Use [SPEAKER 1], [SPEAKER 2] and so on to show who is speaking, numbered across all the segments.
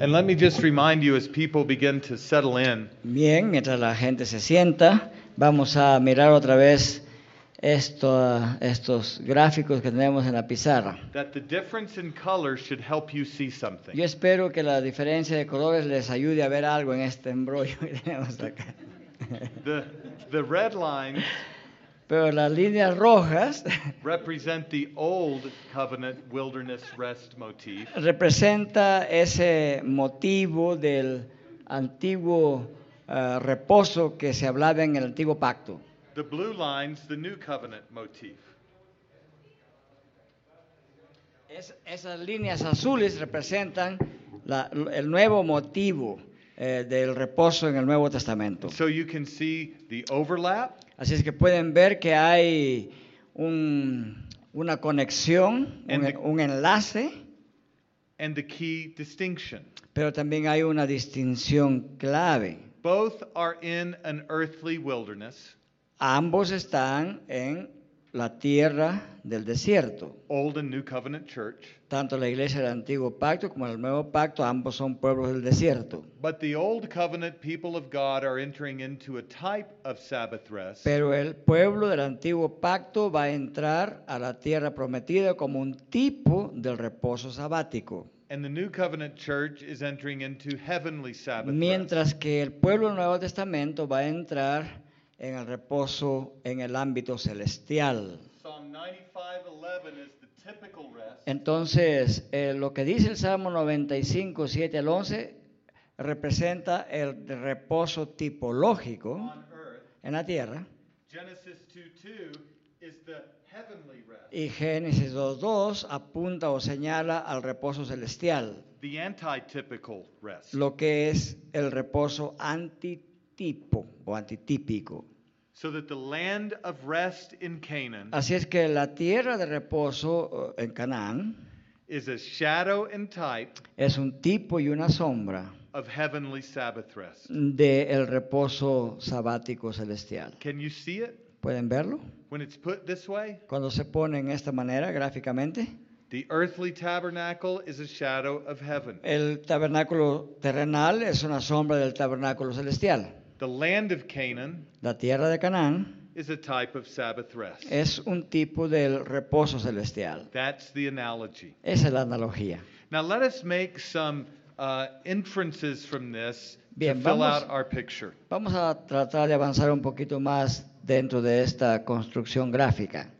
[SPEAKER 1] And let me just remind you as people begin to settle in,
[SPEAKER 2] Bien, mientras la gente se sienta, vamos a mirar otra vez esto- estos gráficos que tenemos en la pizarra.
[SPEAKER 1] that the difference in color should help you see something.
[SPEAKER 2] Yo espero que la diferencia de colores les ayude a ver algo en este embrollo que tenemos acá.
[SPEAKER 1] The, the red lines
[SPEAKER 2] Pero las líneas rojas
[SPEAKER 1] represent the old covenant wilderness rest motif.
[SPEAKER 2] representa ese motivo del antiguo ah, reposo que se hablaba en el antiguo pacto.
[SPEAKER 1] The blue lines, the new covenant motif.
[SPEAKER 2] Es- esas líneas azules representan la- el nuevo motivo eh, del reposo en el Nuevo Testamento.
[SPEAKER 1] So you can see the overlap,
[SPEAKER 2] Así es que pueden ver que hay un- una conexión,
[SPEAKER 1] And
[SPEAKER 2] un,
[SPEAKER 1] the-
[SPEAKER 2] un enlace,
[SPEAKER 1] and the key distinction.
[SPEAKER 2] pero también hay una distinción clave.
[SPEAKER 1] Both are in an earthly wilderness,
[SPEAKER 2] Ambos están en la tierra del desierto.
[SPEAKER 1] old and new covenant church,
[SPEAKER 2] Tanto la iglesia del antiguo pacto como el nuevo pacto, ambos son pueblos del desierto.
[SPEAKER 1] but the old covenant people of God are entering into a type of Sabbath rest
[SPEAKER 2] Pero el pueblo del antiguo pacto va a entrar a la tierra prometida como un tipo del reposo sabático.
[SPEAKER 1] And the New Covenant Church is entering into heavenly Sabbath rest.
[SPEAKER 2] Mientras que el pueblo del Nuevo Testamento va a entrar en el reposo en el ámbito celestial.
[SPEAKER 1] Psalm 95:11 is the typical rest.
[SPEAKER 2] Entonces, eh, lo que dice el Salmo 95, 7 al 11 representa el reposo tipológico
[SPEAKER 1] on earth.
[SPEAKER 2] en la tierra
[SPEAKER 1] Genesis 2:2 is the heavenly rest.
[SPEAKER 2] y Génesis 2.2 apunta o señala al reposo celestial.
[SPEAKER 1] the anti-typical rest.
[SPEAKER 2] lo que es el reposo antitipo o antitípico.
[SPEAKER 1] so that the land of rest in Canaan
[SPEAKER 2] Así es que la tierra de reposo eh, en Canaán
[SPEAKER 1] is a shadow and type
[SPEAKER 2] es un tipo y una sombra
[SPEAKER 1] of heavenly Sabbath rest.
[SPEAKER 2] del reposo sabático celestial.
[SPEAKER 1] Can you see it
[SPEAKER 2] ¿Pueden verlo?
[SPEAKER 1] when it's put this way?
[SPEAKER 2] Cuando se pone en esta manera gráficamente,
[SPEAKER 1] The earthly tabernacle is a shadow of heaven.
[SPEAKER 2] el tabernáculo terrenal es una sombra del tabernáculo celestial.
[SPEAKER 1] The land of Canaan
[SPEAKER 2] La tierra de Canaán
[SPEAKER 1] is a type of Sabbath rest.
[SPEAKER 2] es un tipo del reposo celestial.
[SPEAKER 1] That's the analogy.
[SPEAKER 2] Esa es la analogía.
[SPEAKER 1] Now let us make some uh, inferences from this
[SPEAKER 2] Bien,
[SPEAKER 1] to fill
[SPEAKER 2] vamos-
[SPEAKER 1] out our picture.
[SPEAKER 2] Vamos a tratar de avanzar un poquito más dentro de esta construcción gráfica.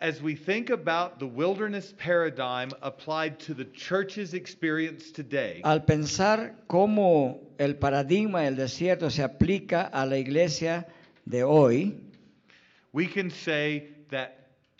[SPEAKER 1] As we think about the wilderness paradigm applied to the church's experience today,
[SPEAKER 2] Al pensar cómo el paradigma del desierto se aplica a la iglesia de hoy,
[SPEAKER 1] we can say that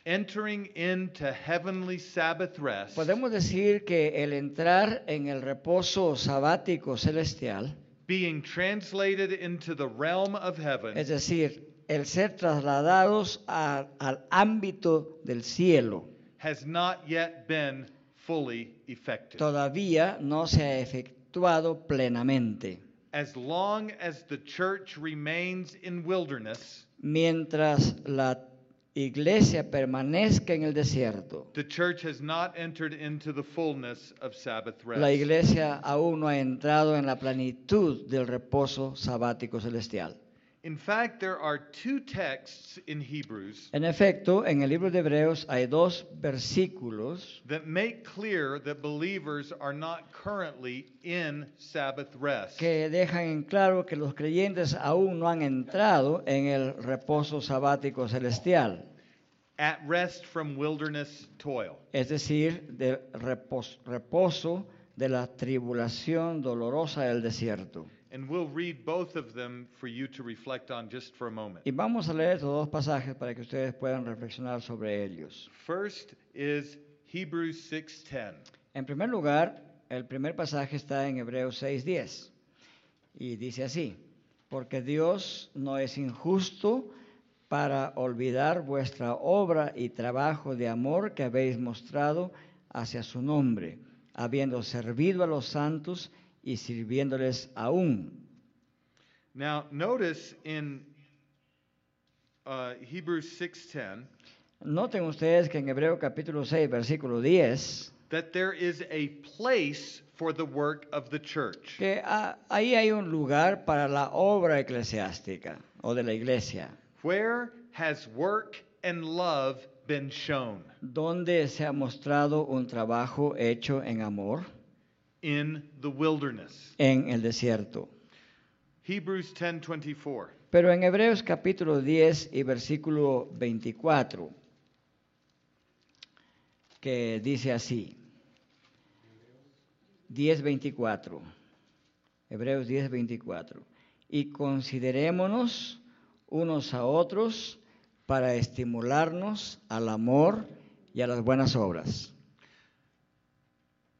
[SPEAKER 1] entering into heavenly Sabbath rest
[SPEAKER 2] podemos decir que el entrar en el reposo sabático celestial,
[SPEAKER 1] being translated into the realm of heaven
[SPEAKER 2] es decir, el ser trasladados a- al ámbito del cielo,
[SPEAKER 1] has not yet been fully effective.
[SPEAKER 2] todavía no se ha efectuado plenamente.
[SPEAKER 1] As long as the church remains in wilderness,
[SPEAKER 2] Mientras la iglesia permanezca en el desierto,
[SPEAKER 1] the church has not entered into the fullness of Sabbath rest.
[SPEAKER 2] la iglesia aún no ha entrado en la plenitud del reposo sabático celestial.
[SPEAKER 1] In fact, there are two texts in Hebrews
[SPEAKER 2] En efecto, en el libro de Hebreos hay dos versículos
[SPEAKER 1] that make clear that believers are not currently in Sabbath rest.
[SPEAKER 2] que dejan en claro que los creyentes aún no han entrado en el reposo sabático celestial,
[SPEAKER 1] At rest from wilderness toil.
[SPEAKER 2] es decir, del repos- reposo de la tribulación dolorosa del desierto.
[SPEAKER 1] And we'll read both of them for you to reflect on just for a moment.
[SPEAKER 2] Y vamos a leer estos dos pasajes para que ustedes puedan reflexionar sobre ellos.
[SPEAKER 1] First is Hebrews 6:10.
[SPEAKER 2] En primer lugar, el primer pasaje está en Hebreos 6:10 y dice así, porque Dios no es injusto para olvidar vuestra obra y trabajo de amor que habéis mostrado hacia su nombre, habiendo servido a los santos y sirviéndoles aún.
[SPEAKER 1] Now, notice in uh, Hebrews 6:10
[SPEAKER 2] Noten ustedes que en Hebreo capítulo 6, versículo 10,
[SPEAKER 1] that there is a place for the work of the church.
[SPEAKER 2] que ah, ahí hay un lugar para la obra eclesiástica o de la iglesia,
[SPEAKER 1] Where has work and love been shown?
[SPEAKER 2] donde se ha mostrado un trabajo hecho en amor
[SPEAKER 1] In the wilderness.
[SPEAKER 2] en el desierto.
[SPEAKER 1] Hebrews 10:24.
[SPEAKER 2] Pero en Hebreos capítulo 10 y versículo 24, que dice así, 10.24, Hebreos 10.24, y considerémonos unos a otros para estimularnos al amor y a las buenas obras.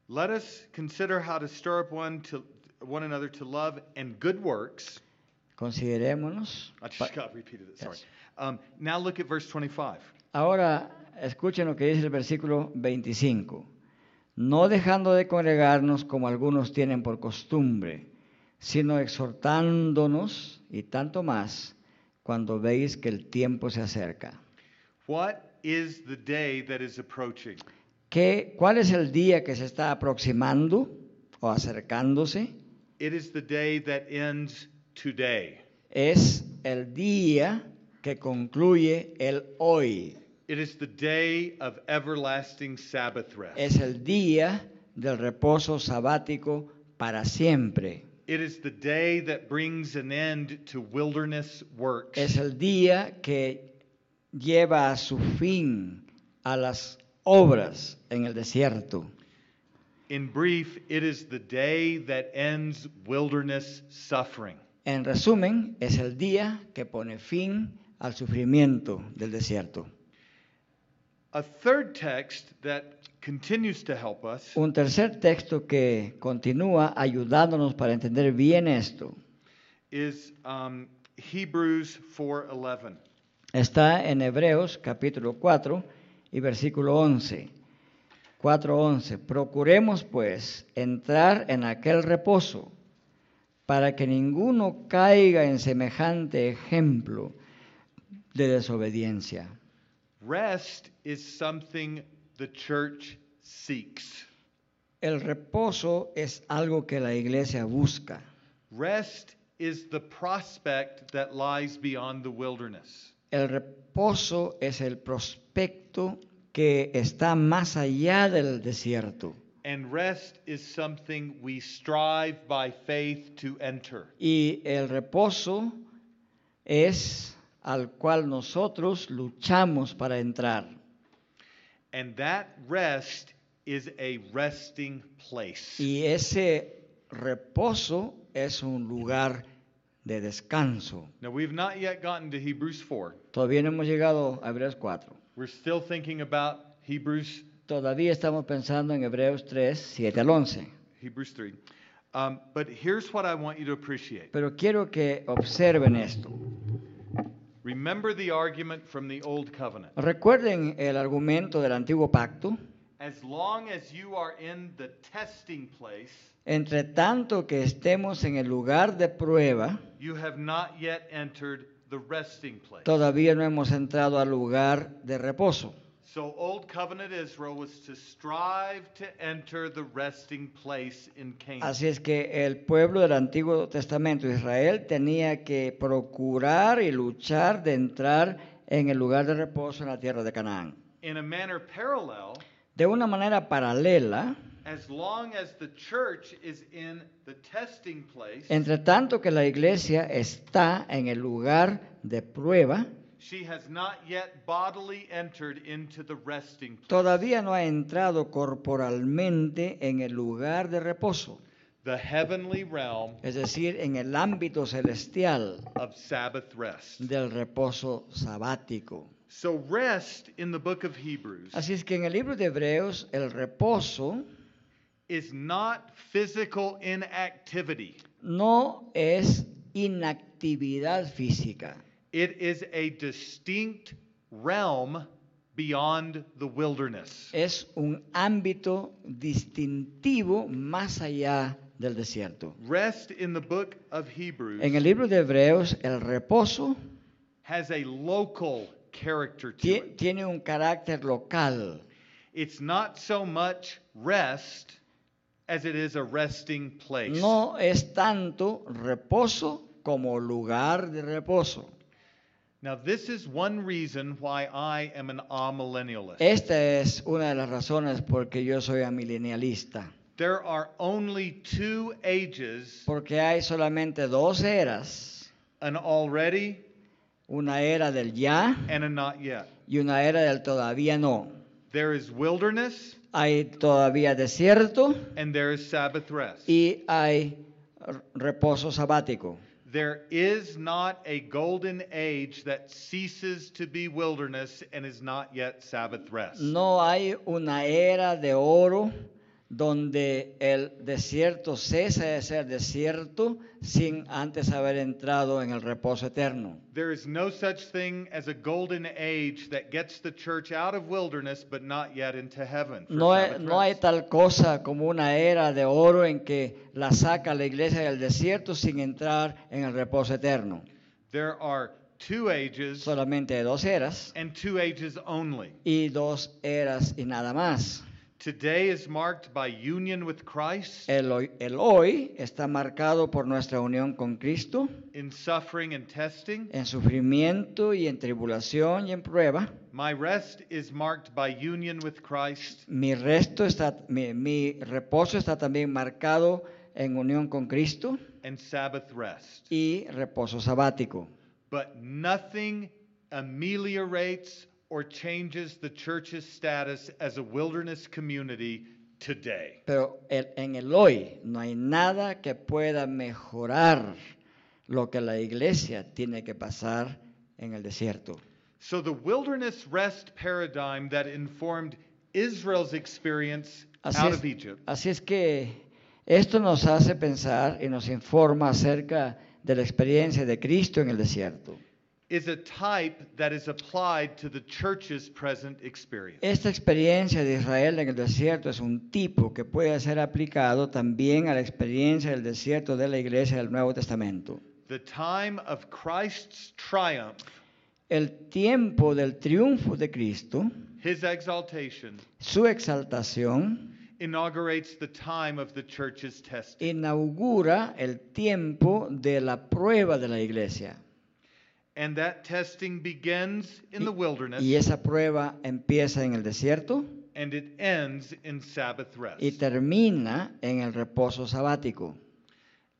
[SPEAKER 1] Let us consider how to stir up one to one another to love and good works.
[SPEAKER 2] Considerémonos.
[SPEAKER 1] I
[SPEAKER 2] pa-
[SPEAKER 1] just got repeated it. Sorry.
[SPEAKER 2] Yes.
[SPEAKER 1] Um, now look at verse 25.
[SPEAKER 2] Ahora escuchen lo que dice el versículo 25. No dejando de congregarnos como algunos tienen por costumbre, sino exhortándonos y tanto más cuando veis que el tiempo se acerca.
[SPEAKER 1] What is the day that is approaching?
[SPEAKER 2] ¿Qué, ¿Cuál es el día que se está aproximando o acercándose?
[SPEAKER 1] It is the day that ends today.
[SPEAKER 2] Es el día que concluye el hoy.
[SPEAKER 1] It is the day of everlasting Sabbath rest.
[SPEAKER 2] Es el día del reposo sabático para siempre.
[SPEAKER 1] It is the day that brings an end to wilderness works.
[SPEAKER 2] es el día que lleva a su fin a las obras en el desierto.
[SPEAKER 1] In brief, it is the day that ends wilderness suffering.
[SPEAKER 2] En resumen, es el día que pone fin al sufrimiento del desierto.
[SPEAKER 1] A third text that continues to help us
[SPEAKER 2] Un tercer texto que continúa ayudándonos para entender bien esto
[SPEAKER 1] is um, Hebrews 4:11.
[SPEAKER 2] está en Hebreos capítulo 4 y versículo 11. 4.11. Procuremos pues entrar en aquel reposo para que ninguno caiga en semejante ejemplo de desobediencia.
[SPEAKER 1] Rest is something the church seeks.
[SPEAKER 2] El reposo es algo que la iglesia busca.
[SPEAKER 1] Rest is the prospect that lies beyond the wilderness.
[SPEAKER 2] El reposo es el prospecto que está más allá del desierto.
[SPEAKER 1] And rest is something we strive by faith to enter.
[SPEAKER 2] Y el reposo es al cual nosotros luchamos para entrar.
[SPEAKER 1] And that rest is a resting place.
[SPEAKER 2] Y ese reposo es un lugar de descanso.
[SPEAKER 1] Now, we've not yet gotten to Hebrews 4.
[SPEAKER 2] Todavía no hemos llegado a Hebreos 4.
[SPEAKER 1] We're still thinking about Hebrews,
[SPEAKER 2] Todavía estamos pensando en Hebreos 3, 7 al 11.
[SPEAKER 1] Hebrews 3. Um, but here's what I want you to appreciate.
[SPEAKER 2] Pero quiero que observen esto.
[SPEAKER 1] Remember the argument from the Old Covenant.
[SPEAKER 2] Recuerden el argumento del antiguo pacto.
[SPEAKER 1] As long as you are in the testing place,
[SPEAKER 2] Entre tanto que estemos en el lugar de prueba,
[SPEAKER 1] you have not yet entered the resting place.
[SPEAKER 2] todavía no hemos entrado al lugar de reposo.
[SPEAKER 1] So, Old Covenant Israel was to strive to enter the resting place in Canaan.
[SPEAKER 2] Así es que el pueblo del Antiguo Testamento de Israel tenía que procurar y luchar de entrar en el lugar de reposo en la tierra de Canaán.
[SPEAKER 1] In a manner parallel,
[SPEAKER 2] De una manera paralela,
[SPEAKER 1] as long as the church is in the testing place,
[SPEAKER 2] entre tanto que la iglesia está en el lugar de prueba,
[SPEAKER 1] she has not yet bodily entered into the resting place.
[SPEAKER 2] todavía no ha entrado corporalmente en el lugar de reposo,
[SPEAKER 1] The heavenly realm
[SPEAKER 2] es decir, en el ámbito celestial
[SPEAKER 1] of Sabbath rest.
[SPEAKER 2] del reposo sabático.
[SPEAKER 1] So, rest in the book of Hebrews
[SPEAKER 2] Así es que en el libro de Hebreos el reposo
[SPEAKER 1] is not physical inactivity,
[SPEAKER 2] no es inactividad física,
[SPEAKER 1] it is a distinct realm beyond the wilderness.
[SPEAKER 2] es un ámbito distintivo más allá del desierto.
[SPEAKER 1] Rest in the book of Hebrews
[SPEAKER 2] En el libro de Hebreos el reposo
[SPEAKER 1] has a local character to
[SPEAKER 2] ti-
[SPEAKER 1] it.
[SPEAKER 2] tiene un carácter local.
[SPEAKER 1] It's not so much rest as it is a resting place.
[SPEAKER 2] No es tanto reposo como lugar de reposo.
[SPEAKER 1] Now, this is one reason why I am an amillennialist.
[SPEAKER 2] Esta es una de las razones por que yo soy amilenialista.
[SPEAKER 1] There are only two ages
[SPEAKER 2] Porque hay solamente dos eras.
[SPEAKER 1] an already
[SPEAKER 2] Una era del ya
[SPEAKER 1] and a not yet.
[SPEAKER 2] y una era del todavía no.
[SPEAKER 1] There is wilderness
[SPEAKER 2] Hay todavía desierto
[SPEAKER 1] and there is Sabbath rest.
[SPEAKER 2] y hay r- reposo sabático.
[SPEAKER 1] There is not a golden age that ceases to be wilderness and is not yet Sabbath rest.
[SPEAKER 2] No hay una era de oro donde el desierto cesa de ser desierto sin antes haber entrado en el reposo eterno.
[SPEAKER 1] There is no such thing as a golden age that gets the church out of wilderness but not yet into heaven. for
[SPEAKER 2] No, hay-
[SPEAKER 1] Sabbath
[SPEAKER 2] no hay
[SPEAKER 1] rest.
[SPEAKER 2] tal cosa como una era de oro en que la saca la iglesia del desierto sin entrar en el reposo eterno.
[SPEAKER 1] There are two ages
[SPEAKER 2] Solamente hay dos eras
[SPEAKER 1] and two ages only.
[SPEAKER 2] y dos eras y nada más.
[SPEAKER 1] Today is marked by union with Christ
[SPEAKER 2] El hoy- el hoy está marcado por nuestra unión con Cristo
[SPEAKER 1] in suffering and testing.
[SPEAKER 2] en sufrimiento y en tribulación y en prueba.
[SPEAKER 1] My rest is marked by union with Christ
[SPEAKER 2] Mi, resto está, mi, mi reposo está también marcado en unión con Cristo
[SPEAKER 1] and Sabbath rest.
[SPEAKER 2] y reposo sabático.
[SPEAKER 1] But nothing ameliorates or changes the church's status as a wilderness community today.
[SPEAKER 2] Pero el- en el hoy no hay nada que pueda mejorar lo que la iglesia tiene que pasar en el desierto.
[SPEAKER 1] So the wilderness rest paradigm that informed Israel's experience
[SPEAKER 2] Así
[SPEAKER 1] out
[SPEAKER 2] es-
[SPEAKER 1] of Egypt
[SPEAKER 2] así es que esto nos hace pensar y nos informa acerca de la experiencia de Cristo en el desierto.
[SPEAKER 1] is a type that is applied to the church's present experience.
[SPEAKER 2] Esta experiencia de Israel en el desierto es un tipo que puede ser aplicado también a la experiencia del desierto de la iglesia del Nuevo Testamento.
[SPEAKER 1] The time of Christ's triumph,
[SPEAKER 2] El tiempo del triunfo de Cristo,
[SPEAKER 1] his exaltation,
[SPEAKER 2] su exaltación,
[SPEAKER 1] inaugurates the time of the church's testing.
[SPEAKER 2] inaugura el tiempo de la prueba de la iglesia.
[SPEAKER 1] And that testing begins in
[SPEAKER 2] Y-
[SPEAKER 1] the wilderness
[SPEAKER 2] Y esa prueba empieza en el desierto
[SPEAKER 1] and it ends in Sabbath rest.
[SPEAKER 2] y termina en el reposo sabático.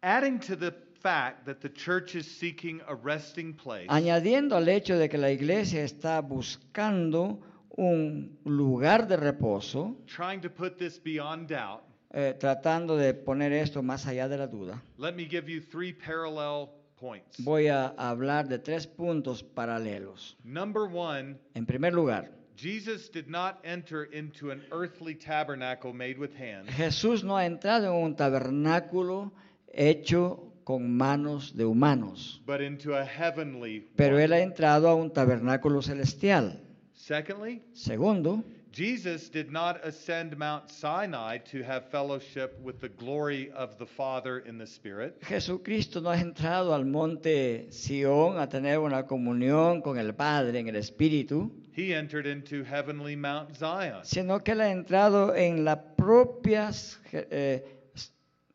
[SPEAKER 1] Adding to the fact that the church is seeking a resting place,
[SPEAKER 2] Añadiendo al hecho de que la iglesia está buscando un lugar de reposo,
[SPEAKER 1] trying to put this beyond doubt,
[SPEAKER 2] eh, tratando de poner esto más allá de la duda,
[SPEAKER 1] let me give you three parallel points.
[SPEAKER 2] voy a hablar de tres puntos paralelos.
[SPEAKER 1] Number one,
[SPEAKER 2] En primer lugar,
[SPEAKER 1] Jesus did not enter into an earthly tabernacle made with hands.
[SPEAKER 2] Jesús no ha entrado en un tabernáculo hecho con manos de humanos,
[SPEAKER 1] but into a heavenly
[SPEAKER 2] pero
[SPEAKER 1] one.
[SPEAKER 2] él ha entrado a un tabernáculo celestial.
[SPEAKER 1] Secondly,
[SPEAKER 2] Segundo,
[SPEAKER 1] Jesus did not ascend Mount Sinai to have fellowship with the glory of the Father in the Spirit,
[SPEAKER 2] Jesucristo no ha entrado al monte Sión a tener una comunión con el Padre en el Espíritu,
[SPEAKER 1] he entered into heavenly Mount Zion.
[SPEAKER 2] sino que él ha entrado en la propia eh,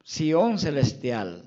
[SPEAKER 2] Sión celestial.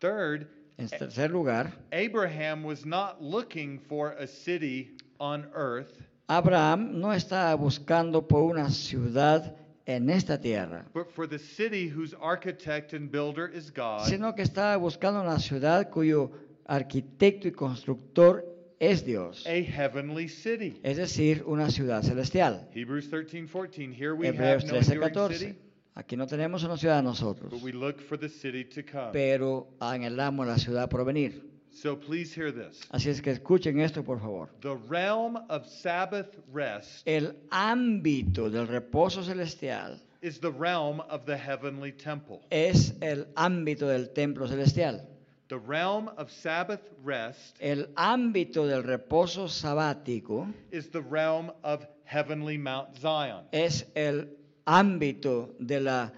[SPEAKER 1] Third,
[SPEAKER 2] En tercer lugar,
[SPEAKER 1] Abraham was not looking for a city on earth,
[SPEAKER 2] Abraham no está buscando por una ciudad en esta tierra,
[SPEAKER 1] but for the city whose architect and builder is God,
[SPEAKER 2] sino que está buscando una ciudad cuyo arquitecto y constructor es Dios,
[SPEAKER 1] a heavenly city.
[SPEAKER 2] es decir, una ciudad celestial.
[SPEAKER 1] Hebrews 13, 14. Here we have
[SPEAKER 2] Hebreos
[SPEAKER 1] no enduring
[SPEAKER 2] 13:14.
[SPEAKER 1] city,
[SPEAKER 2] Aquí no tenemos una ciudad nosotros,
[SPEAKER 1] but we look for the city to come.
[SPEAKER 2] pero anhelamos la ciudad por venir.
[SPEAKER 1] So please hear this.
[SPEAKER 2] Así es que escuchen esto, por favor.
[SPEAKER 1] The realm of Sabbath rest
[SPEAKER 2] El ámbito del reposo celestial
[SPEAKER 1] is the realm of the heavenly temple.
[SPEAKER 2] es el ámbito del templo celestial.
[SPEAKER 1] The realm of Sabbath rest
[SPEAKER 2] El ámbito del reposo sabático
[SPEAKER 1] is the realm of heavenly Mount Zion.
[SPEAKER 2] es el ámbito de la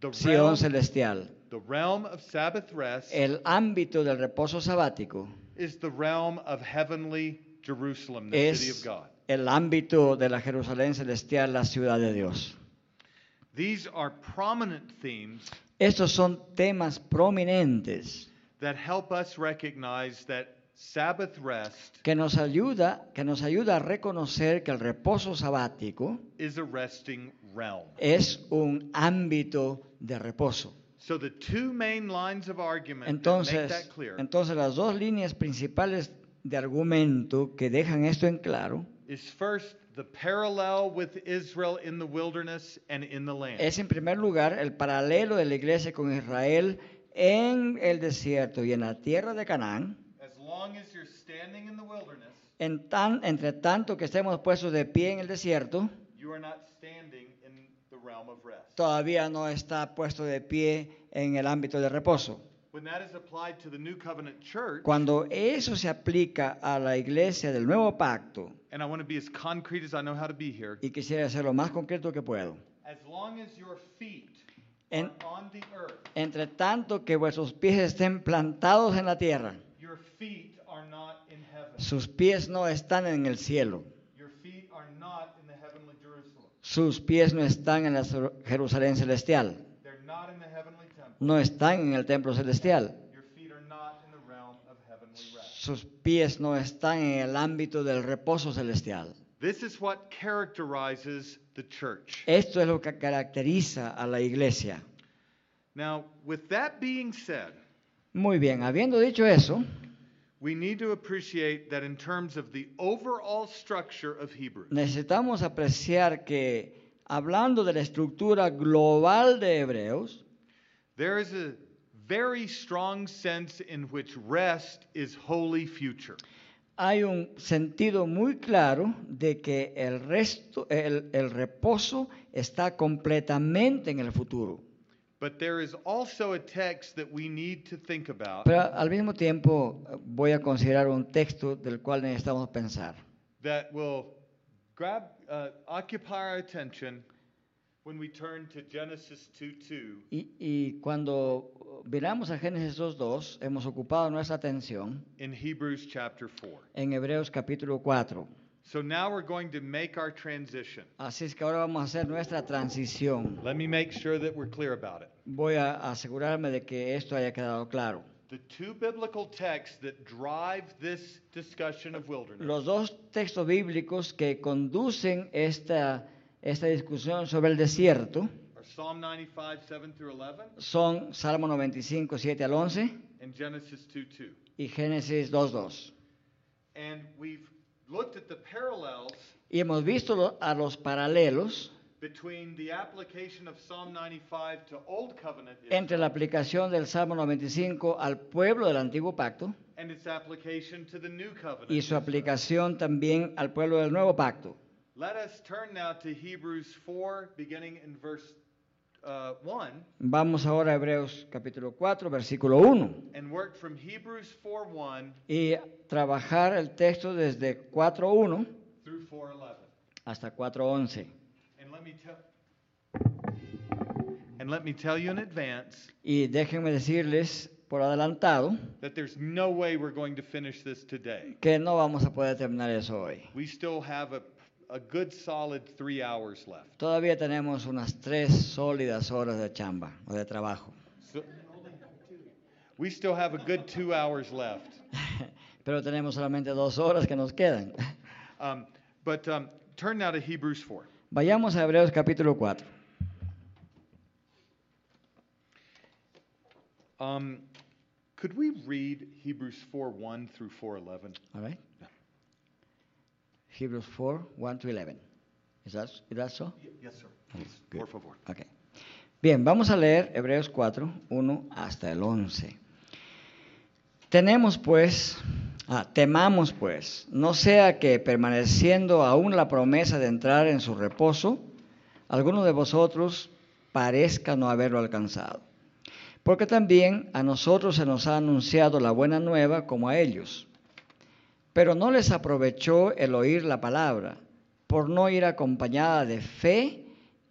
[SPEAKER 1] The realm,
[SPEAKER 2] Sion celestial.
[SPEAKER 1] the realm of Sabbath rest
[SPEAKER 2] El ámbito del reposo sabático
[SPEAKER 1] is the realm of heavenly Jerusalem, the city of
[SPEAKER 2] es
[SPEAKER 1] God.
[SPEAKER 2] el ámbito de la Jerusalén celestial, la ciudad de Dios.
[SPEAKER 1] These are prominent themes
[SPEAKER 2] Estos son temas prominentes
[SPEAKER 1] that help us recognize that Sabbath rest
[SPEAKER 2] que nos ayuda, que nos ayuda a reconocer que el reposo sabático
[SPEAKER 1] is a resting realm.
[SPEAKER 2] es un ámbito de reposo.
[SPEAKER 1] So the two main lines of argument that make
[SPEAKER 2] Entonces,
[SPEAKER 1] that clear
[SPEAKER 2] entonces las dos líneas principales de argumento que dejan esto en claro
[SPEAKER 1] is first the parallel with Israel in the wilderness and in the land.
[SPEAKER 2] es en primer lugar el paralelo de la iglesia con Israel en el desierto y en la tierra de Canaán,
[SPEAKER 1] As long as you're standing in the wilderness,
[SPEAKER 2] en tan, entre tanto que estemos puestos de pie en el desierto,
[SPEAKER 1] you are not standing in the realm of rest.
[SPEAKER 2] todavía no está puesto de pie en el ámbito de reposo.
[SPEAKER 1] When that is applied to the new covenant church,
[SPEAKER 2] Cuando eso se aplica a la iglesia del nuevo pacto,
[SPEAKER 1] and I want to be as concrete as I know how to be here,
[SPEAKER 2] y quisiera hacer lo más concreto que puedo,
[SPEAKER 1] as long as your feet
[SPEAKER 2] En-
[SPEAKER 1] are on the earth,
[SPEAKER 2] entre tanto que vuestros pies estén plantados en la tierra,
[SPEAKER 1] your feet are not in heaven.
[SPEAKER 2] sus pies no están en el cielo,
[SPEAKER 1] Your feet are not in the heavenly Jerusalem.
[SPEAKER 2] sus pies no están en la Jeru- Jerusalén celestial,
[SPEAKER 1] They're not in the heavenly temple.
[SPEAKER 2] no están en el templo celestial,
[SPEAKER 1] Your feet are not in the realm of heavenly rest.
[SPEAKER 2] sus pies no están en el ámbito del reposo celestial.
[SPEAKER 1] This is what characterizes the church.
[SPEAKER 2] Esto es lo que caracteriza a la iglesia.
[SPEAKER 1] Now, with that being said,
[SPEAKER 2] Muy bien, habiendo dicho eso,
[SPEAKER 1] we need to appreciate that in terms of the overall structure of Hebrews,
[SPEAKER 2] necesitamos apreciar que hablando de la estructura global de Hebreos,
[SPEAKER 1] there is a very strong sense in which rest is holy future.
[SPEAKER 2] hay un sentido muy claro de que el resto, el, el reposo está completamente en el futuro.
[SPEAKER 1] But there is also a text that we need to think about
[SPEAKER 2] Pero al mismo tiempo eh, voy a considerar un texto del cual necesitamos pensar,
[SPEAKER 1] that will grab, uh, occupy our attention when we turn to Genesis 2 2.
[SPEAKER 2] Y, y cuando miramos a Génesis 2.2, hemos ocupado nuestra atención
[SPEAKER 1] in Hebrews chapter 4.
[SPEAKER 2] en Hebreos capítulo 4.
[SPEAKER 1] So now we're going to make our transition.
[SPEAKER 2] Así es que ahora vamos a hacer nuestra transición.
[SPEAKER 1] Let me make sure that we're clear about it.
[SPEAKER 2] Voy a asegurarme de que esto haya quedado claro.
[SPEAKER 1] The two biblical texts that drive this discussion of wilderness
[SPEAKER 2] Los dos textos bíblicos que conducen esta, esta discusión sobre el desierto
[SPEAKER 1] are Psalm 95, 7 through 11,
[SPEAKER 2] son Salmo 95, 7 al 11
[SPEAKER 1] and Genesis 2 2.
[SPEAKER 2] y Génesis 2.2.
[SPEAKER 1] And we've looked at the parallels
[SPEAKER 2] Y hemos visto lo- a los paralelos
[SPEAKER 1] between the application of Psalm 95 to Old Covenant Israel
[SPEAKER 2] entre la aplicación del Salmo 95 al pueblo del antiguo pacto
[SPEAKER 1] and its application to the New Covenant.
[SPEAKER 2] y su
[SPEAKER 1] Israel.
[SPEAKER 2] aplicación también al pueblo del nuevo pacto.
[SPEAKER 1] Let us turn now to Hebrews 4, beginning in verse uh, 1.
[SPEAKER 2] Vamos ahora a Hebreos capítulo 4, versículo 1.
[SPEAKER 1] and work from Hebrews 4:1
[SPEAKER 2] y trabajar el texto desde 4.1
[SPEAKER 1] through 4:11.
[SPEAKER 2] hasta 4.11.
[SPEAKER 1] And let me tell And let me tell you in advance
[SPEAKER 2] Y déjenme decirles por adelantado
[SPEAKER 1] that there's no way we're going to finish this today.
[SPEAKER 2] que no vamos a poder terminar eso hoy.
[SPEAKER 1] We still have a a good solid 3 hours left.
[SPEAKER 2] Todavía tenemos unas tres sólidas horas de chamba o de trabajo.
[SPEAKER 1] So- we still have a good 2 hours left.
[SPEAKER 2] Pero tenemos solamente dos horas que nos quedan.
[SPEAKER 1] Um, but um, turn now to Hebrews 4.
[SPEAKER 2] Vayamos a Hebreos capítulo 4.
[SPEAKER 1] Um, could we read Hebrews 4:1 through 4:11?
[SPEAKER 2] All right? Hebrews 4, 1 to 11. Is that, is that so?
[SPEAKER 1] Yes, sir.
[SPEAKER 2] Good.
[SPEAKER 1] Por favor.
[SPEAKER 2] Ok. Bien, vamos a leer Hebreos 4, 1 hasta el 11. Tenemos pues, ah, temamos pues, no sea que permaneciendo aún la promesa de entrar en su reposo, alguno de vosotros parezca no haberlo alcanzado. Porque también a nosotros se nos ha anunciado la buena nueva como a ellos. Pero no les aprovechó el oír la palabra, por no ir acompañada de fe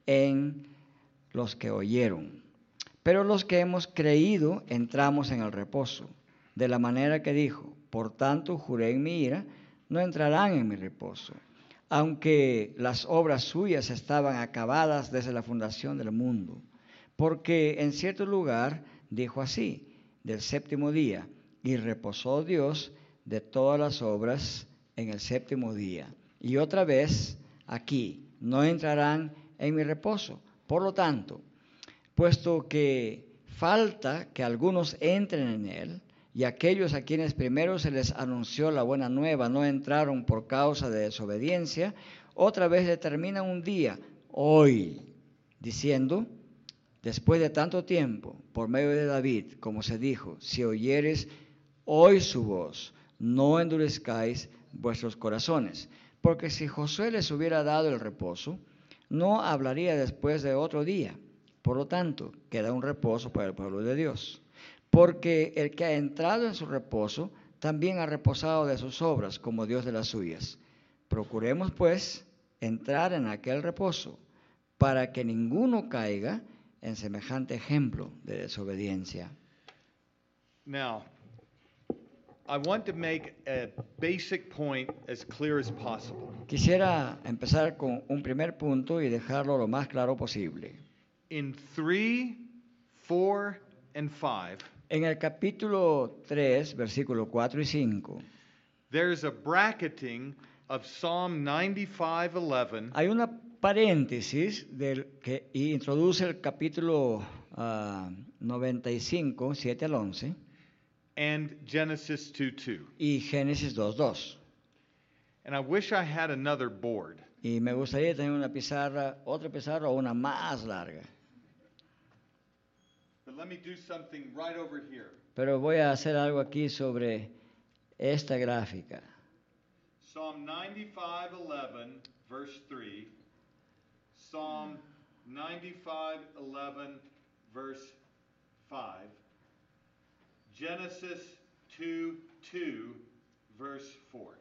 [SPEAKER 2] en los que oyeron. Pero los que hemos creído entramos en el reposo, de la manera que dijo, por tanto juré en mi ira, no entrarán en mi reposo, aunque las obras suyas estaban acabadas desde la fundación del mundo. Porque en cierto lugar dijo así, del séptimo día, y reposó Dios de todas las obras en el séptimo día. Y otra vez aquí, no entrarán en mi reposo. Por lo tanto, puesto que falta que algunos entren en él, y aquellos a quienes primero se les anunció la buena nueva no entraron por causa de desobediencia, otra vez determina un día, hoy, diciendo, después de tanto tiempo, por medio de David, como se dijo, si oyeres hoy su voz, no endurezcáis vuestros corazones. Porque si Josué les hubiera dado el reposo, no hablaría después de otro día. Por lo tanto, queda un reposo para el pueblo de Dios porque el que ha entrado en su reposo también ha reposado de sus obras como Dios de las suyas. Procuremos, pues, entrar en aquel reposo, para que ninguno caiga en semejante ejemplo de desobediencia.
[SPEAKER 1] Now, I want to make a basic point as clear as possible.
[SPEAKER 2] Quisiera empezar con un primer punto y dejarlo lo más claro posible.
[SPEAKER 1] In 3, 4, and 5,
[SPEAKER 2] En el capítulo 3, versículos 4 y 5,
[SPEAKER 1] there's a bracketing of Psalm 95:11
[SPEAKER 2] hay una paréntesis del que y introduce el capítulo ah, 95, 7 al 11,
[SPEAKER 1] and Genesis 2:2.
[SPEAKER 2] y Génesis 2, 2.
[SPEAKER 1] And I wish I had another board.
[SPEAKER 2] Y me gustaría tener una pizarra, otra pizarra o una más larga.
[SPEAKER 1] But let me do something right over here.
[SPEAKER 2] Pero voy a hacer algo aquí sobre esta gráfica.
[SPEAKER 1] Psalm 95, 11, verse 3. Psalm 95, 11, verse 5. Genesis 2, 2, verse 4.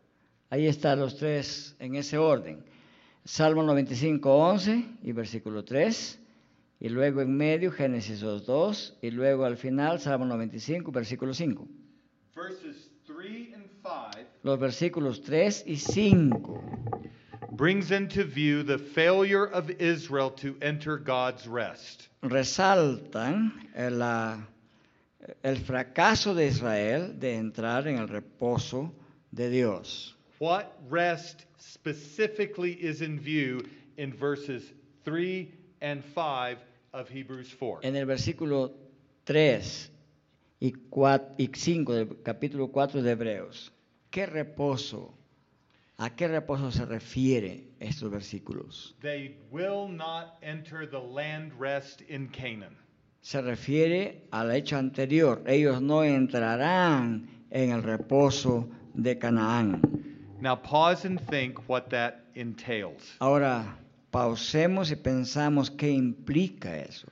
[SPEAKER 2] Ahí están los tres en ese orden. Salmo 95, 11 y versículo 3. Y luego en medio Génesis 2, 2. Y luego al final Salmo 95, versículo 5.
[SPEAKER 1] Verses 3 and 5
[SPEAKER 2] Los versículos 3 y 5
[SPEAKER 1] brings into view the failure of Israel to enter God's rest.
[SPEAKER 2] resaltan el, ah, el fracaso de Israel de entrar en el reposo de Dios.
[SPEAKER 1] What rest specifically is in view in verses 3 and 5 of Hebrews 4?
[SPEAKER 2] En el versículo 3 y, 4 y 5 del capítulo 4 de Hebreos, ¿qué reposo? ¿A qué reposo se refiere estos versículos?
[SPEAKER 1] They will not enter the land rest in Canaan.
[SPEAKER 2] Se refiere al hecho anterior. Ellos no entrarán en el reposo de Canaán.
[SPEAKER 1] Now pause and think what that entails.
[SPEAKER 2] Ahora, pausemos y pensamos qué implica eso.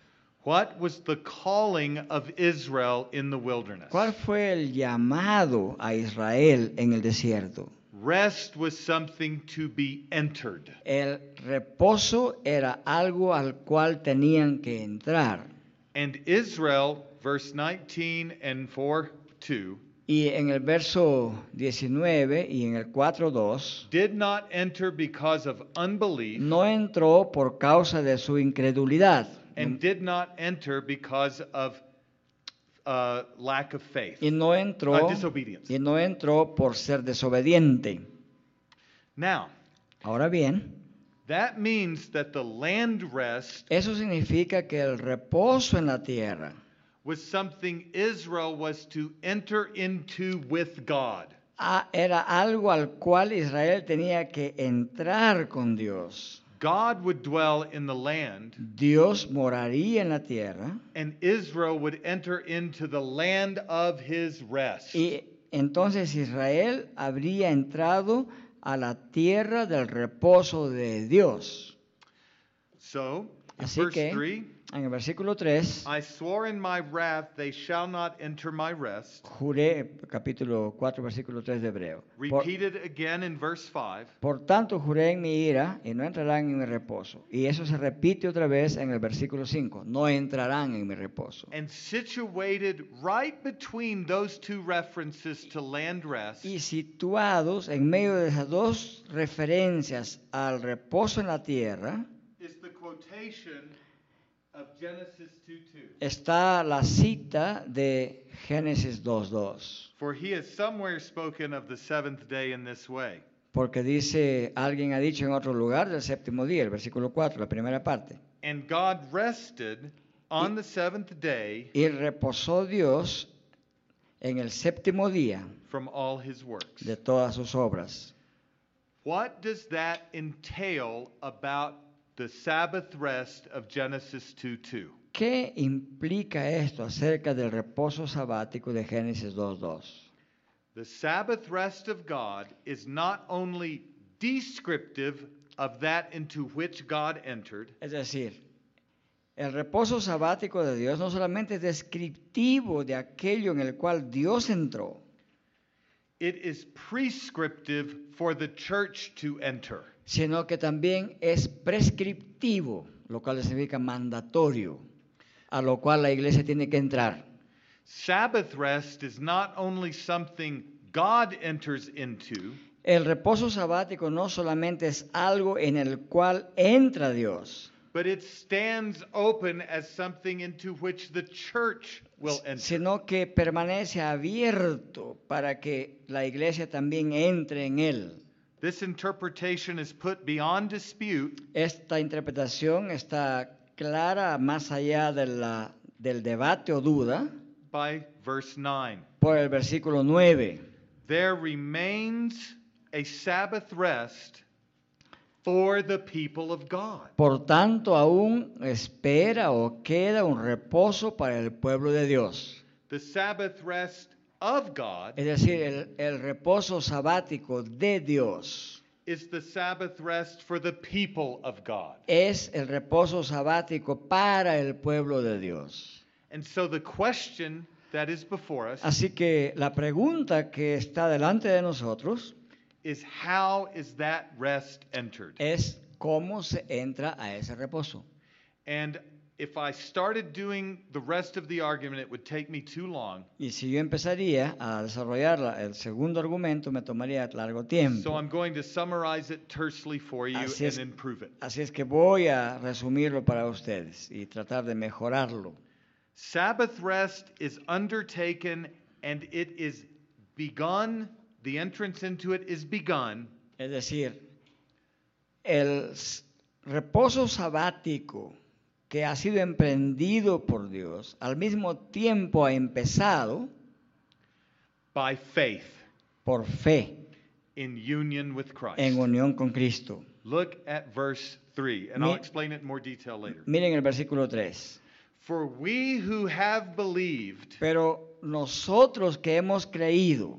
[SPEAKER 1] What was the calling of Israel in the wilderness?
[SPEAKER 2] ¿Cuál fue el llamado a Israel en el desierto?
[SPEAKER 1] Rest was something to be entered.
[SPEAKER 2] El reposo era algo al cual tenían que entrar.
[SPEAKER 1] And Israel, verse 19 and 4 2,
[SPEAKER 2] Y en el verso 19 y en el 4.2,
[SPEAKER 1] did not enter because of unbelief
[SPEAKER 2] no entró por causa de su incredulidad
[SPEAKER 1] and did not enter because of uh, lack of faith.
[SPEAKER 2] y no entró
[SPEAKER 1] Uh, disobedience.
[SPEAKER 2] y no entró por ser desobediente.
[SPEAKER 1] Now,
[SPEAKER 2] Ahora bien,
[SPEAKER 1] that means that the land rest
[SPEAKER 2] eso significa que el reposo en la tierra
[SPEAKER 1] was something Israel was to enter into with God.
[SPEAKER 2] ah, era algo al cual Israel tenía que entrar con Dios.
[SPEAKER 1] God would dwell in the land,
[SPEAKER 2] Dios moraría en la tierra
[SPEAKER 1] and Israel would enter into the land of his rest.
[SPEAKER 2] y entonces Israel habría entrado a la tierra del reposo de Dios.
[SPEAKER 1] So, in
[SPEAKER 2] Así
[SPEAKER 1] verse
[SPEAKER 2] que,
[SPEAKER 1] 3,
[SPEAKER 2] En el versículo 3,
[SPEAKER 1] I swore in my wrath, they shall not enter my rest.
[SPEAKER 2] juré, capítulo 4, versículo 3 de Hebreo. Por,
[SPEAKER 1] Repeated again in verse 5.
[SPEAKER 2] por tanto juré en mi ira y no entrarán en mi reposo. Y eso se repite otra vez en el versículo 5, no entrarán en mi reposo.
[SPEAKER 1] And situated right between those two references to land rest
[SPEAKER 2] Y situados en medio de esas dos referencias al reposo en la tierra,
[SPEAKER 1] is the quotation of Genesis 2:2.
[SPEAKER 2] está la cita de Génesis 2.2.
[SPEAKER 1] For he has somewhere spoken of the seventh day in this way.
[SPEAKER 2] Porque dice, alguien ha dicho en otro lugar del séptimo día, el versículo 4, la primera parte.
[SPEAKER 1] And God rested on the seventh day
[SPEAKER 2] Y reposó Dios en el séptimo día
[SPEAKER 1] from all his works.
[SPEAKER 2] de todas sus obras.
[SPEAKER 1] What does that entail about the Sabbath rest of Genesis 2:2?
[SPEAKER 2] ¿Qué implica esto acerca del reposo sabático de Génesis 2.2?
[SPEAKER 1] The Sabbath rest of God is not only descriptive of that into which God entered,
[SPEAKER 2] Es decir, el reposo sabático de Dios no solamente es descriptivo de aquello en el cual Dios entró,
[SPEAKER 1] it is prescriptive for the church to enter.
[SPEAKER 2] sino que también es prescriptivo, lo cual significa mandatorio, a lo cual la iglesia tiene que entrar.
[SPEAKER 1] Sabbath rest is not only something God enters into,
[SPEAKER 2] El reposo sabático no solamente es algo en el cual entra Dios,
[SPEAKER 1] but it stands open as something into which the church will enter.
[SPEAKER 2] sino que permanece abierto para que la iglesia también entre en él.
[SPEAKER 1] This interpretation is put beyond dispute
[SPEAKER 2] Esta interpretación está clara más allá de la- del debate o duda
[SPEAKER 1] by verse 9.
[SPEAKER 2] por el versículo 9.
[SPEAKER 1] There remains a Sabbath rest for the people of God.
[SPEAKER 2] Por tanto, aún espera o queda un reposo para el pueblo de Dios.
[SPEAKER 1] The Sabbath rest of
[SPEAKER 2] Es
[SPEAKER 1] God
[SPEAKER 2] decir, el, el reposo sabático de Dios
[SPEAKER 1] is the Sabbath rest for the people of God.
[SPEAKER 2] es el reposo sabático para el pueblo de Dios.
[SPEAKER 1] And so the question that is before us
[SPEAKER 2] Así que la pregunta que está delante de nosotros
[SPEAKER 1] is how is that rest entered?
[SPEAKER 2] es cómo se entra a ese reposo.
[SPEAKER 1] And if I started doing the rest of the argument, it would take me too long.
[SPEAKER 2] Y si yo empezaría a desarrollar la- el segundo argumento, me tomaría largo
[SPEAKER 1] So
[SPEAKER 2] tiempo.
[SPEAKER 1] I'm going to summarize it tersely for you
[SPEAKER 2] Así
[SPEAKER 1] and
[SPEAKER 2] es.
[SPEAKER 1] improve it.
[SPEAKER 2] Así es que voy a resumirlo para ustedes y tratar de mejorarlo.
[SPEAKER 1] Sabbath rest is undertaken and it is begun, the entrance into it is begun
[SPEAKER 2] Es decir, el s- reposo sabático que ha sido emprendido por Dios, al mismo tiempo ha empezado
[SPEAKER 1] by faith
[SPEAKER 2] por fe
[SPEAKER 1] in union with Christ.
[SPEAKER 2] en unión con Cristo.
[SPEAKER 1] Look at verse 3, and I'll
[SPEAKER 2] Mi-
[SPEAKER 1] explain it in more detail later.
[SPEAKER 2] Miren el versículo 3.
[SPEAKER 1] For we who have believed
[SPEAKER 2] Pero nosotros que hemos creído,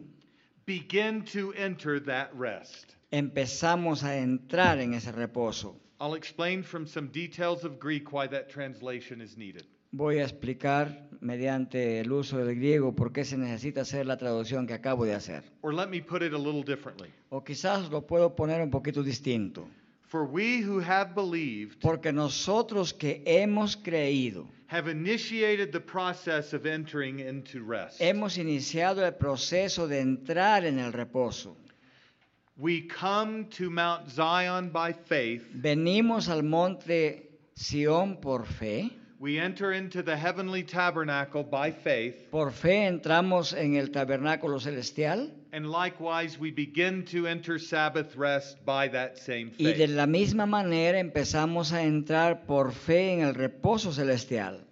[SPEAKER 1] begin to enter that rest.
[SPEAKER 2] empezamos a entrar en ese reposo.
[SPEAKER 1] I'll explain from some details of Greek why that translation is needed.
[SPEAKER 2] Voy a explicar mediante el uso del griego por qué se necesita hacer la traducción que acabo de hacer.
[SPEAKER 1] Or let me put it a little differently.
[SPEAKER 2] O quizás lo puedo poner un poquito distinto.
[SPEAKER 1] For we who have believed
[SPEAKER 2] Porque nosotros que hemos creído,
[SPEAKER 1] have initiated the process of entering into rest.
[SPEAKER 2] hemos iniciado el proceso de entrar en el reposo.
[SPEAKER 1] We come to Mount Zion by faith.
[SPEAKER 2] Venimos al monte Sión por fe.
[SPEAKER 1] We enter into the heavenly tabernacle by faith.
[SPEAKER 2] Por fe entramos en el tabernáculo celestial
[SPEAKER 1] And likewise, we begin to enter Sabbath rest by that same
[SPEAKER 2] y de
[SPEAKER 1] faith.
[SPEAKER 2] la misma manera empezamos a entrar por fe en el reposo celestial.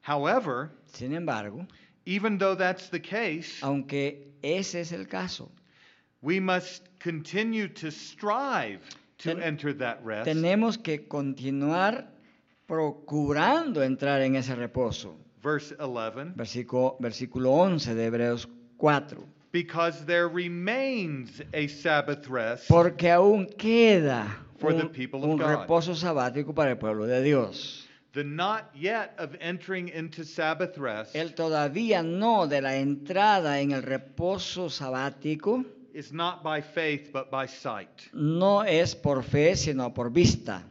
[SPEAKER 1] However,
[SPEAKER 2] Sin embargo,
[SPEAKER 1] even though that's the case,
[SPEAKER 2] aunque ese es el caso,
[SPEAKER 1] we must continue to strive to
[SPEAKER 2] Ten-
[SPEAKER 1] enter that rest.
[SPEAKER 2] tenemos que continuar procurando entrar en ese reposo.
[SPEAKER 1] Verse 11.
[SPEAKER 2] Versículo, versículo 11 de Hebreos 4.
[SPEAKER 1] Because there remains a Sabbath rest
[SPEAKER 2] Porque aún queda
[SPEAKER 1] For the
[SPEAKER 2] un,
[SPEAKER 1] people of
[SPEAKER 2] un
[SPEAKER 1] God.
[SPEAKER 2] reposo sabático para el pueblo de Dios.
[SPEAKER 1] the not yet of entering into Sabbath rest
[SPEAKER 2] El todavía no de la entrada en el reposo sabático
[SPEAKER 1] is not by faith but by sight.
[SPEAKER 2] no es por fe, sino por vista.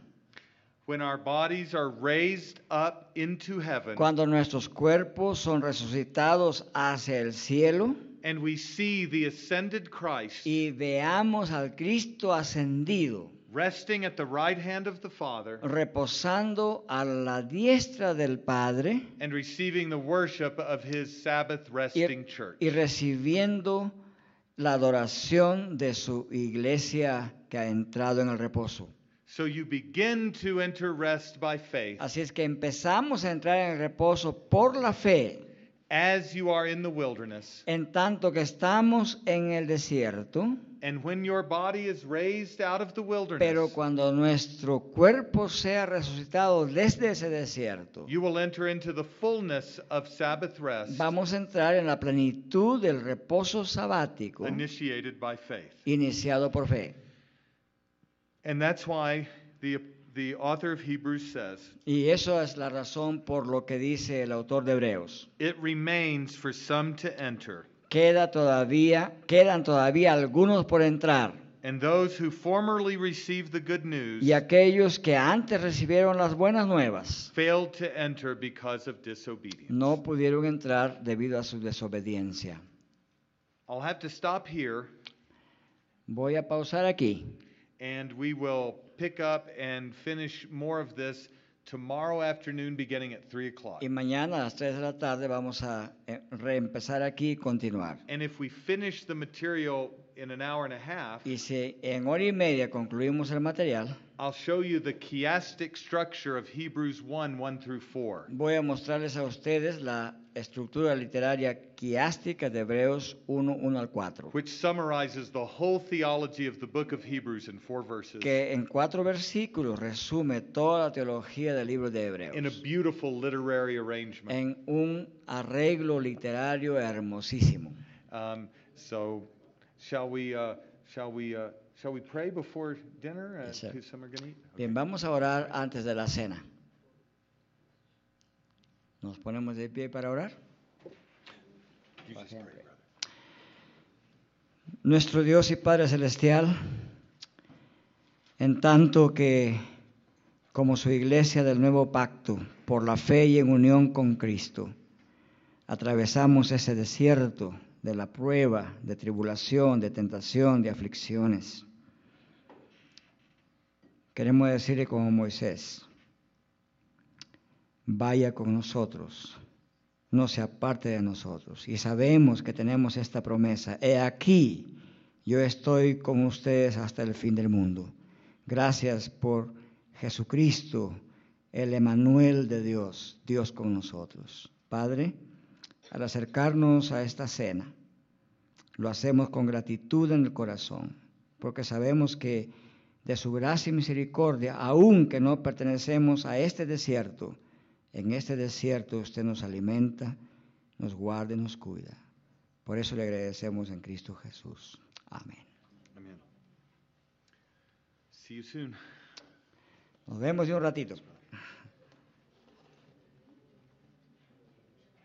[SPEAKER 1] When our bodies are raised up into heaven
[SPEAKER 2] Cuando nuestros cuerpos son resucitados hacia el cielo
[SPEAKER 1] and we see the ascended Christ
[SPEAKER 2] y veamos al Cristo ascendido,
[SPEAKER 1] resting at the right hand of the Father
[SPEAKER 2] reposando a la diestra del Padre
[SPEAKER 1] and receiving the worship of his Sabbath
[SPEAKER 2] y,
[SPEAKER 1] resting church.
[SPEAKER 2] y recibiendo la adoración de su iglesia que ha entrado en el reposo.
[SPEAKER 1] So you begin to enter rest by faith
[SPEAKER 2] Así es que empezamos a entrar en el reposo por la fe,
[SPEAKER 1] as you are in the wilderness.
[SPEAKER 2] en tanto que estamos en el desierto,
[SPEAKER 1] And when your body is raised out of the
[SPEAKER 2] pero
[SPEAKER 1] wilderness,
[SPEAKER 2] cuando nuestro cuerpo sea resucitado desde ese desierto,
[SPEAKER 1] you will enter into the fullness of Sabbath rest
[SPEAKER 2] vamos a entrar en la plenitud del reposo sabático
[SPEAKER 1] initiated by faith.
[SPEAKER 2] iniciado por fe.
[SPEAKER 1] And that's why the, the author of Hebrews says,
[SPEAKER 2] Y eso es la razón por lo que dice el autor de Hebreos.
[SPEAKER 1] It remains for some to enter,
[SPEAKER 2] Queda todavía, quedan todavía algunos por entrar.
[SPEAKER 1] and those who formerly received the good news
[SPEAKER 2] Y aquellos que antes recibieron las buenas nuevas
[SPEAKER 1] failed to enter because of disobedience.
[SPEAKER 2] no pudieron entrar debido a su desobediencia.
[SPEAKER 1] I'll have to stop here,
[SPEAKER 2] Voy a pausar aquí
[SPEAKER 1] and we will pick up and finish more of this tomorrow afternoon beginning at 3 o'clock.
[SPEAKER 2] y mañana a las 3 de la tarde vamos a eh, reempezar aquí y continuar.
[SPEAKER 1] And if we finish the material in an hour and a half,
[SPEAKER 2] Y si en hora y media concluimos el material,
[SPEAKER 1] I'll show you the chiastic structure of Hebrews 1 1 through 4.
[SPEAKER 2] Voy a mostrarles a ustedes la estructura literaria quiástica de Hebreos 1, 1 al 4,
[SPEAKER 1] which summarizes the whole theology of the book of Hebrews in four verses
[SPEAKER 2] que en cuatro versículos resume toda la teología del libro de
[SPEAKER 1] in a
[SPEAKER 2] Hebreos,
[SPEAKER 1] beautiful literary arrangement.
[SPEAKER 2] en un arreglo literario hermosísimo.
[SPEAKER 1] Um, so, shall we, uh, shall we, uh, shall we pray before dinner? Uh,
[SPEAKER 2] Yes, sir.
[SPEAKER 1] Because some are going to eat.
[SPEAKER 2] Bien, vamos a orar antes de la cena. ¿Nos ponemos de pie para orar?
[SPEAKER 1] You just pray, brother.
[SPEAKER 2] Nuestro Dios y Padre Celestial, en tanto que como su iglesia del nuevo pacto, por la fe y en unión con Cristo, atravesamos ese desierto de la prueba, de tribulación, de tentación, de aflicciones. Queremos decirle como Moisés, vaya con nosotros, no se aparte de nosotros. Y sabemos que tenemos esta promesa. He aquí, yo estoy con ustedes hasta el fin del mundo. Gracias por Jesucristo, el Emanuel de Dios, Dios con nosotros. Padre, al acercarnos a esta cena, lo hacemos con gratitud en el corazón, porque sabemos que de su gracia y misericordia, aunque no pertenecemos a este desierto, en este desierto usted nos alimenta, nos guarda y nos cuida. Por eso le agradecemos en Cristo Jesús. Amén.
[SPEAKER 1] Amen. See you soon.
[SPEAKER 2] Nos vemos en un ratito.